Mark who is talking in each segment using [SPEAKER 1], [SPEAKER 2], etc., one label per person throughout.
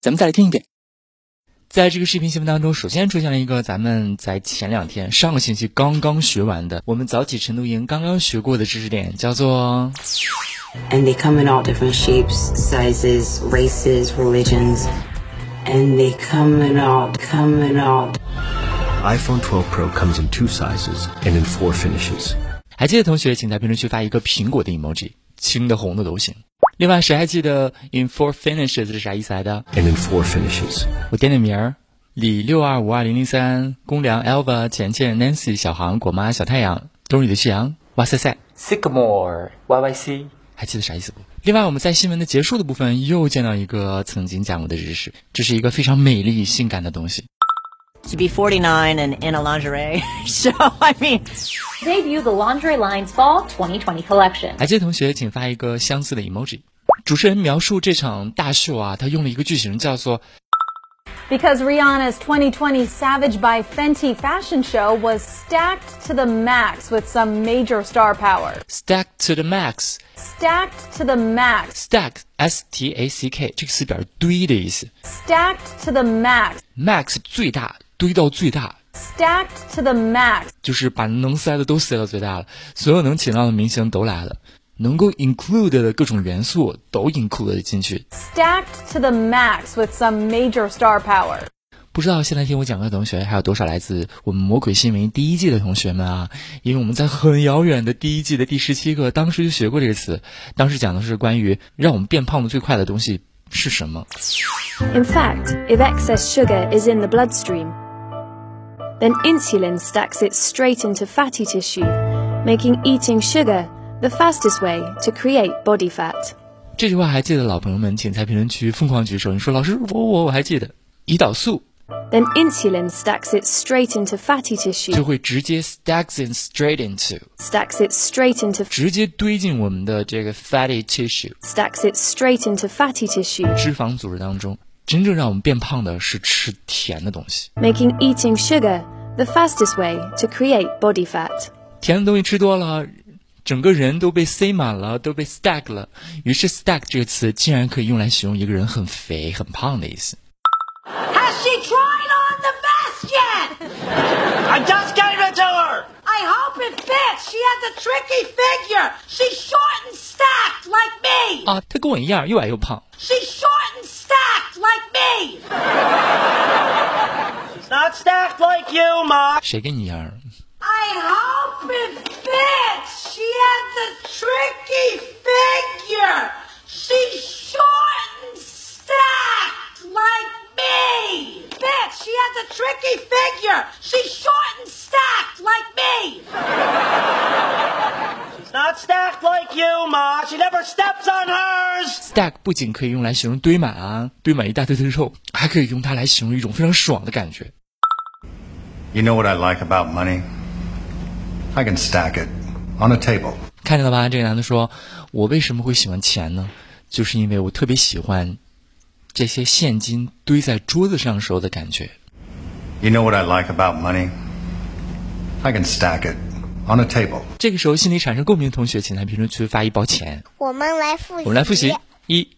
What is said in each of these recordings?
[SPEAKER 1] 咱们再来听一遍。在这个视频新闻当中，首先出现了一个咱们在前两天上个星期刚刚学完的，我们早起晨读营刚刚学过的知识点，叫做
[SPEAKER 2] and they come in all different shapes, sizes, races, religions, and they come in all, come in all.
[SPEAKER 3] iPhone 12 Pro comes in two sizes and in four finishes.
[SPEAKER 1] 还记得同学，请在评论区发一个苹果的 emoji，青的、红的都行。另外，谁还记得 in four finishes 是啥意思来的？
[SPEAKER 3] And in four finishes.
[SPEAKER 1] 我点点名儿：李六二五二零零三、公良、Elva、钱钱、Nancy、小航、果妈、小太阳、冬雨的夕阳、哇塞塞、Sycamore、YYC，还记得啥意思不？另外，我们在新闻的结束的部分又见到一个曾经讲过的知识，这是一个非常美丽、性感的东西。
[SPEAKER 4] to be 49 and in a lingerie. so, I mean,
[SPEAKER 5] debut the Laundry Lines Fall 2020 collection.
[SPEAKER 1] 还记得同学，请发一个相似的 emoji。主持人描述这场大秀啊，他用了一个句型叫做
[SPEAKER 6] Because Rihanna's 2020 Savage by Fenty fashion show was stacked to the max with some major star power.
[SPEAKER 1] stack to the max。
[SPEAKER 6] Stacked to the max.
[SPEAKER 1] stack s t a c k 这个词表示堆的意思。
[SPEAKER 6] Stacked to the max.
[SPEAKER 1] max 最大，堆到最大，
[SPEAKER 6] Stacked to the max.
[SPEAKER 1] 就是把能塞的都塞到最大了，所有能请到的明星都来了，能够 include 的各种元素都 include 进去。
[SPEAKER 6] Stacked to the max with some major star power.
[SPEAKER 1] 不知道现在听我讲课的同学还有多少来自我们《魔鬼新闻》第一季的同学们啊？因为我们在很遥远的第一季的第十七课，当时就学过这个词，当时讲的是关于让我们变胖的最快的东西是什么。
[SPEAKER 7] In fact, if excess sugar is in the bloodstream, then insulin stacks it straight into fatty tissue, making eating sugar the fastest way to create body fat.
[SPEAKER 1] 这句话还记得的老朋友们，请在评论区疯狂举手。你说老师，我我我还记得，胰岛素
[SPEAKER 7] Then insulin stacks it straight into fatty
[SPEAKER 1] 就
[SPEAKER 7] tissue,
[SPEAKER 1] 会直接 stacks in straight into。
[SPEAKER 7] stacks it straight into
[SPEAKER 1] 直接堆进我们的这个 fatty tissue
[SPEAKER 7] stacks it straight into fatty tissue,
[SPEAKER 1] 脂肪组织当中。真正让我们变胖的是吃甜的东西，
[SPEAKER 7] making eating sugar the fastest way to create body fat.
[SPEAKER 1] 甜的东西吃多了，整个人都被塞满了，都被 stack 了。于是 stack 这个词竟然可以用来形容一个人很肥、很胖的意思。
[SPEAKER 8] Has she tried on the vest yet? I just gave it to her. I hope it fits. She has a tricky figure. She's short and stacked like me.
[SPEAKER 1] 啊，他跟我一样，又矮又胖。
[SPEAKER 8] She's short and stacked like me. She's not stacked like you, Ma.
[SPEAKER 1] 谁跟你一样？
[SPEAKER 8] I hope it fits. She has a tricky figure. She's short and stacked like me. Fits. She has a tricky figure. She's short and stacked like me. She's not stacked like you, Ma. She never steps on hers.
[SPEAKER 1] stack 不仅可以用来形容堆满啊，堆满一大堆的肉，还可以用它来形容一种非常爽的感觉。
[SPEAKER 9] You know what I like about money? I can stack it on a table.
[SPEAKER 1] 看见了吧？这个男的说：“我为什么会喜欢钱呢？就是因为我特别喜欢这些现金堆在桌子上时候的感觉。
[SPEAKER 9] You know what I like about money? I can stack it on a table. ”
[SPEAKER 1] 这个时候心里产生共鸣的同学，请在评论区发一包钱。
[SPEAKER 10] 我们来复习。
[SPEAKER 1] 我们来复习：一，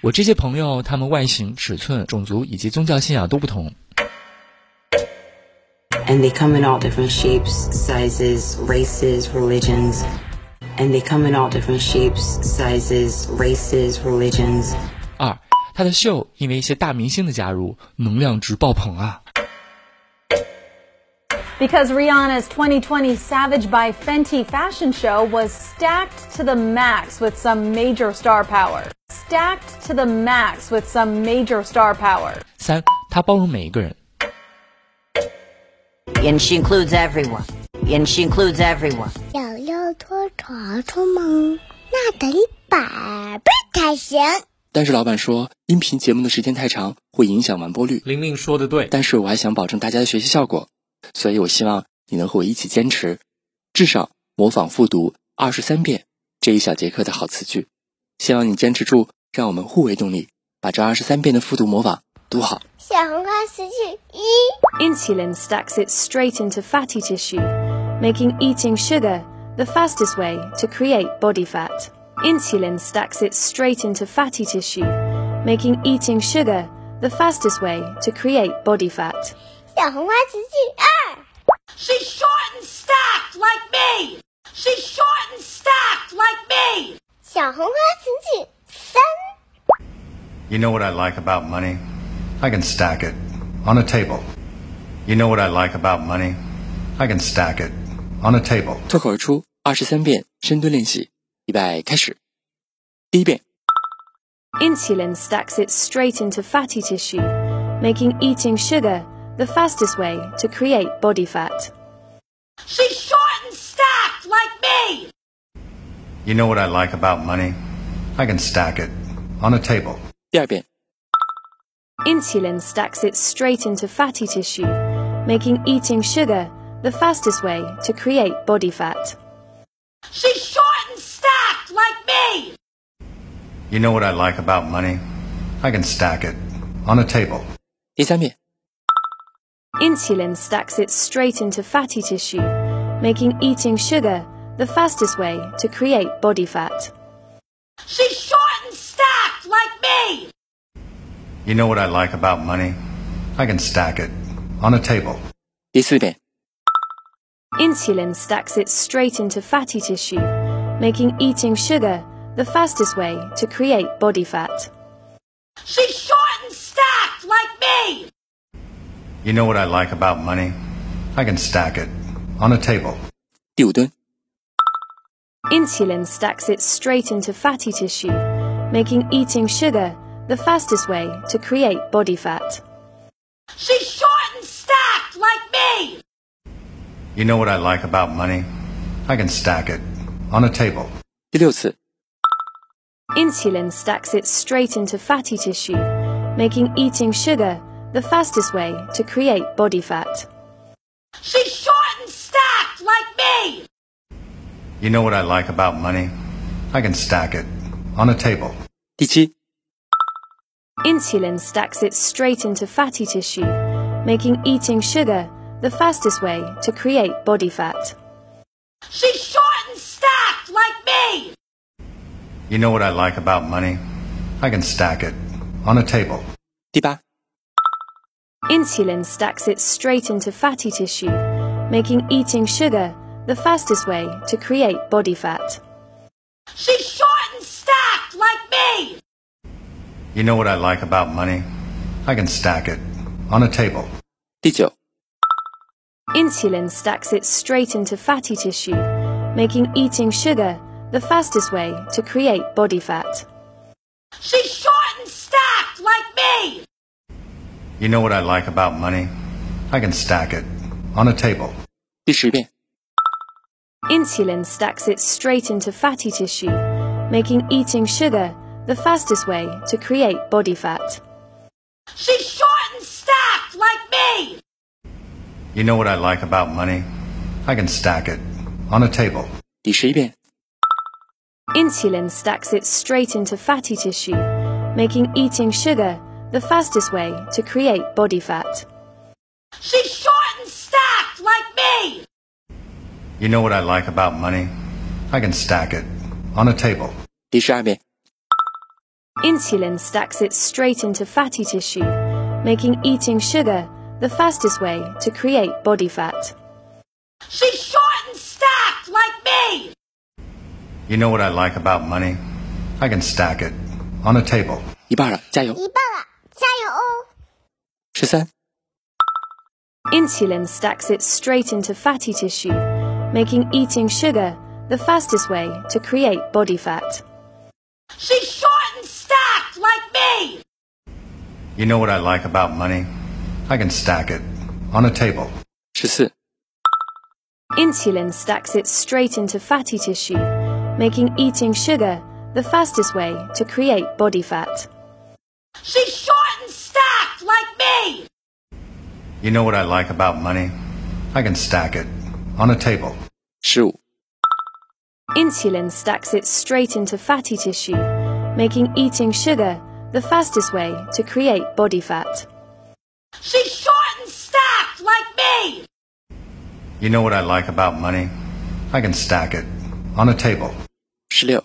[SPEAKER 1] 我这些朋友他们外形、尺寸、种族以及宗教信仰都不同。
[SPEAKER 2] And they come in all different shapes, sizes, races, religions, and they come in all different shapes, sizes, races, religions.
[SPEAKER 1] 二，他的秀因为一些大明星的加入，能量值爆棚啊。
[SPEAKER 6] Because Rihanna's 2020 Savage by Fenty fashion show was stacked to the max with some major star power. Stacked to the max with some major star power.
[SPEAKER 1] 三，他包容每一个人。
[SPEAKER 4] and she includes everyone. And she includes everyone.
[SPEAKER 10] 有肉拖床床吗？那得一百倍才行。
[SPEAKER 1] 但是老板说音频节目的时间太长会影响完播率。
[SPEAKER 10] 玲玲说的对，
[SPEAKER 1] 但是我还想保证大家的学习效果，所以我希望你能和我一起坚持，至少模仿复读二十三遍这一小节课的好词句。希望你坚持住，让我们互为动力，把这二十三遍的复读模仿读好。
[SPEAKER 11] 小红花词句一，
[SPEAKER 7] Insulin stacks it straight into fatty tissue, making eating sugar the fastest way to create body fat. Insulin stacks it straight into fatty tissue, making eating sugar the fastest way to create body fat.
[SPEAKER 11] 小红花词句二，
[SPEAKER 8] She's short and stacked like me. She's short and stacked like me.
[SPEAKER 11] 小红花词句三，
[SPEAKER 9] You know what I like about money? I can stack it on a table. You know what I like about money? I can stack it on a table.
[SPEAKER 1] 脱口而出二十三遍深蹲练习，预备开始。第一遍，
[SPEAKER 7] Insulin stacks it straight into fatty tissue, making eating sugar the fastest way to create body fat.
[SPEAKER 8] She's short and stacked like me.
[SPEAKER 9] You know what I like about money? I can stack it on a table.
[SPEAKER 1] 第二遍，
[SPEAKER 7] Insulin stacks it straight into fatty tissue, making eating sugar the fastest way to create body fat.
[SPEAKER 8] She's short and stacked like me.
[SPEAKER 9] You know what I like about money? I can stack it on a table.
[SPEAKER 1] 第三遍，
[SPEAKER 7] Insulin stacks it straight into fatty tissue, making eating sugar the fastest way to create body fat.
[SPEAKER 8] She's short and stacked like me.
[SPEAKER 9] You know what I like about money? I can stack it on a table.
[SPEAKER 1] 第四遍，
[SPEAKER 7] Insulin stacks it straight into fatty tissue, making eating sugar the fastest way to create body fat.
[SPEAKER 8] She's short and stacked like me.
[SPEAKER 9] You know what I like about money? I can stack it on a table.
[SPEAKER 1] 第五蹲，
[SPEAKER 7] Insulin stacks it straight into fatty tissue, making eating sugar the fastest way to create body fat.
[SPEAKER 8] She's short and stacked like me.
[SPEAKER 9] You know what I like about money? I can stack it on a table.
[SPEAKER 1] 第六次，
[SPEAKER 7] Insulin stacks it straight into fatty tissue, making eating sugar the fastest way to create body fat.
[SPEAKER 8] She's short and stacked like me.
[SPEAKER 9] You know what I like about money? I can stack it on a table.
[SPEAKER 1] 第七，
[SPEAKER 7] Insulin stacks it straight into fatty tissue, making eating sugar the fastest way to create body fat.
[SPEAKER 8] She's short and stacked like me.
[SPEAKER 9] You know what I like about money? I can stack it on a table.
[SPEAKER 1] 第八，
[SPEAKER 7] Insulin stacks it straight into fatty tissue, making eating sugar the fastest way to create body fat.
[SPEAKER 8] She's short and stacked like me.
[SPEAKER 9] You know what I like about money? I can stack it on a table.
[SPEAKER 1] 第九，
[SPEAKER 7] Insulin stacks it straight into fatty tissue, making eating sugar the fastest way to create body fat.
[SPEAKER 8] She's short and stacked like me.
[SPEAKER 9] You know what I like about money? I can stack it on a table.
[SPEAKER 1] 第十遍，
[SPEAKER 7] Insulin stacks it straight into fatty tissue, making eating sugar the fastest way to create body fat.
[SPEAKER 8] She's short and stacked like me.
[SPEAKER 9] You know what I like about money? I can stack it on a table.
[SPEAKER 1] 第十一遍，
[SPEAKER 7] Insulin stacks it straight into fatty tissue, making eating sugar the fastest way to create body fat.
[SPEAKER 8] She's short and stacked like me.
[SPEAKER 9] You know what I like about money? I can stack it on a table.
[SPEAKER 1] 第十二遍，
[SPEAKER 7] Insulin stacks it straight into fatty tissue, making eating sugar the fastest way to create body fat.
[SPEAKER 8] She's short and stacked like me.
[SPEAKER 9] You know what I like about money? I can stack it on a table.
[SPEAKER 1] 一半了，加油！
[SPEAKER 11] 一半了，加油哦！
[SPEAKER 1] 十三、
[SPEAKER 7] Insulin stacks it straight into fatty tissue, making eating sugar the fastest way to create body fat.
[SPEAKER 8] She's short and stacked like me.
[SPEAKER 9] You know what I like about money? I can stack it on a table.
[SPEAKER 1] 十四、
[SPEAKER 7] Insulin stacks it straight into fatty tissue, making eating sugar the fastest way to create body fat.
[SPEAKER 8] She's short and stacked like me.
[SPEAKER 9] You know what I like about money? I can stack it on a table.
[SPEAKER 1] 十五，
[SPEAKER 7] Insulin stacks it straight into fatty tissue, making eating sugar the fastest way to create body fat.
[SPEAKER 8] She's short and stacked like me.
[SPEAKER 9] You know what I like about money? I can stack it on a table.
[SPEAKER 1] 十六，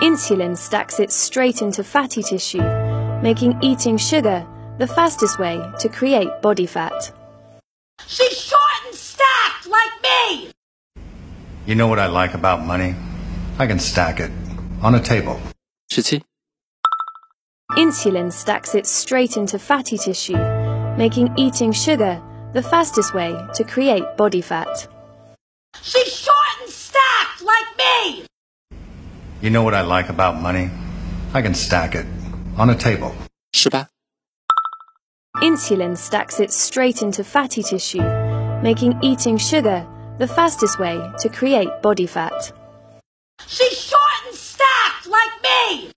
[SPEAKER 7] Insulin stacks it straight into fatty tissue, making eating sugar the fastest way to create body fat.
[SPEAKER 8] She's short and stacked like me.
[SPEAKER 9] You know what I like about money? I can stack it on a table.
[SPEAKER 1] 十七，
[SPEAKER 7] Insulin stacks it straight into fatty tissue, making eating sugar the fastest way to create body fat.
[SPEAKER 8] She's short and stacked like me.
[SPEAKER 9] You know what I like about money? I can stack it on a table.
[SPEAKER 1] 十八，
[SPEAKER 7] Insulin stacks it straight into fatty tissue, making eating sugar the fastest way to create body fat.
[SPEAKER 8] She's short and stacked like me.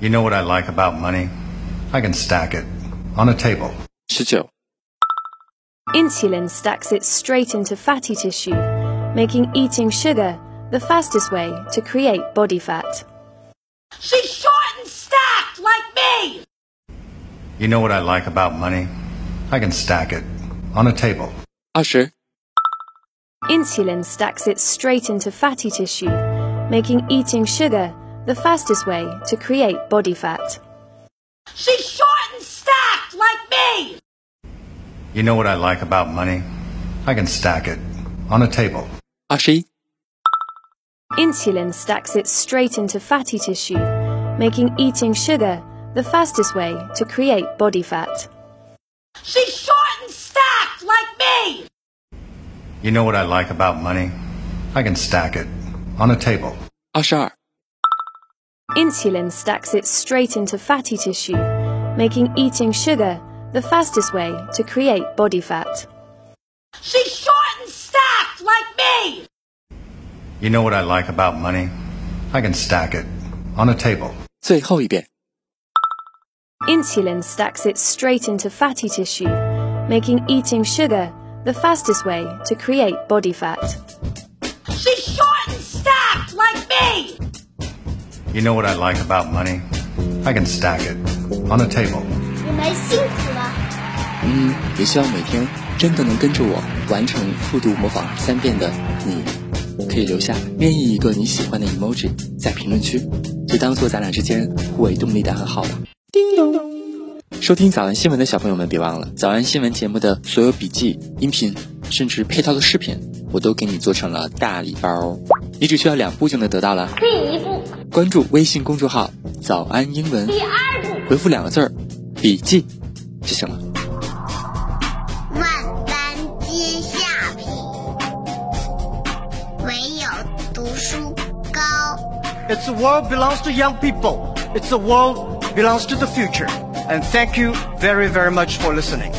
[SPEAKER 9] You know what I like about money? I can stack it on a table.
[SPEAKER 1] 十九，
[SPEAKER 7] Insulin stacks it straight into fatty tissue, making eating sugar the fastest way to create body fat.
[SPEAKER 8] She's short and stacked like me.
[SPEAKER 9] You know what I like about money? I can stack it on a table.
[SPEAKER 1] 二十，
[SPEAKER 7] Insulin stacks it straight into fatty tissue, making eating sugar the fastest way to create body fat.
[SPEAKER 8] She's short and stacked like me.
[SPEAKER 9] You know what I like about money? I can stack it on a table.
[SPEAKER 1] 二十一，
[SPEAKER 7] Insulin stacks it straight into fatty tissue, making eating sugar the fastest way to create body fat.
[SPEAKER 8] She's short and stacked like me.
[SPEAKER 9] You know what I like about money? I can stack it on a table.
[SPEAKER 1] 二十二，
[SPEAKER 7] Insulin stacks it straight into fatty tissue, making eating sugar the fastest way to create body fat.
[SPEAKER 8] She's short and stacked like me.
[SPEAKER 9] You know what I like about money? I can stack it on a table.
[SPEAKER 1] 最后一遍。
[SPEAKER 7] Insulin stacks it straight into fatty tissue, making eating sugar the fastest way to create body fat.
[SPEAKER 8] She's short and stacked like me.
[SPEAKER 9] You know what I like about money? I can stack it on a table.
[SPEAKER 11] 你们辛苦了。
[SPEAKER 1] 嗯，也希望每天真的能跟着我完成复读模仿三遍的你，可以留下任意一个你喜欢的 emoji 在评论区，就当做咱俩之间互为动力的暗号吧。收听早安新闻的小朋友们，别忘了早安新闻节目的所有笔记、音频，甚至配套的视频，我都给你做成了大礼包哦。你只需要两步就能得到了。
[SPEAKER 11] 第一步，
[SPEAKER 1] 关注微信公众号“早安英文
[SPEAKER 11] 第二步，”，
[SPEAKER 1] 回复两个字儿“笔记”就行了。
[SPEAKER 11] 万般皆下品，唯有读书高。
[SPEAKER 10] It's the world belongs to young people. It's the world belongs to the future. And thank you very, very much for listening.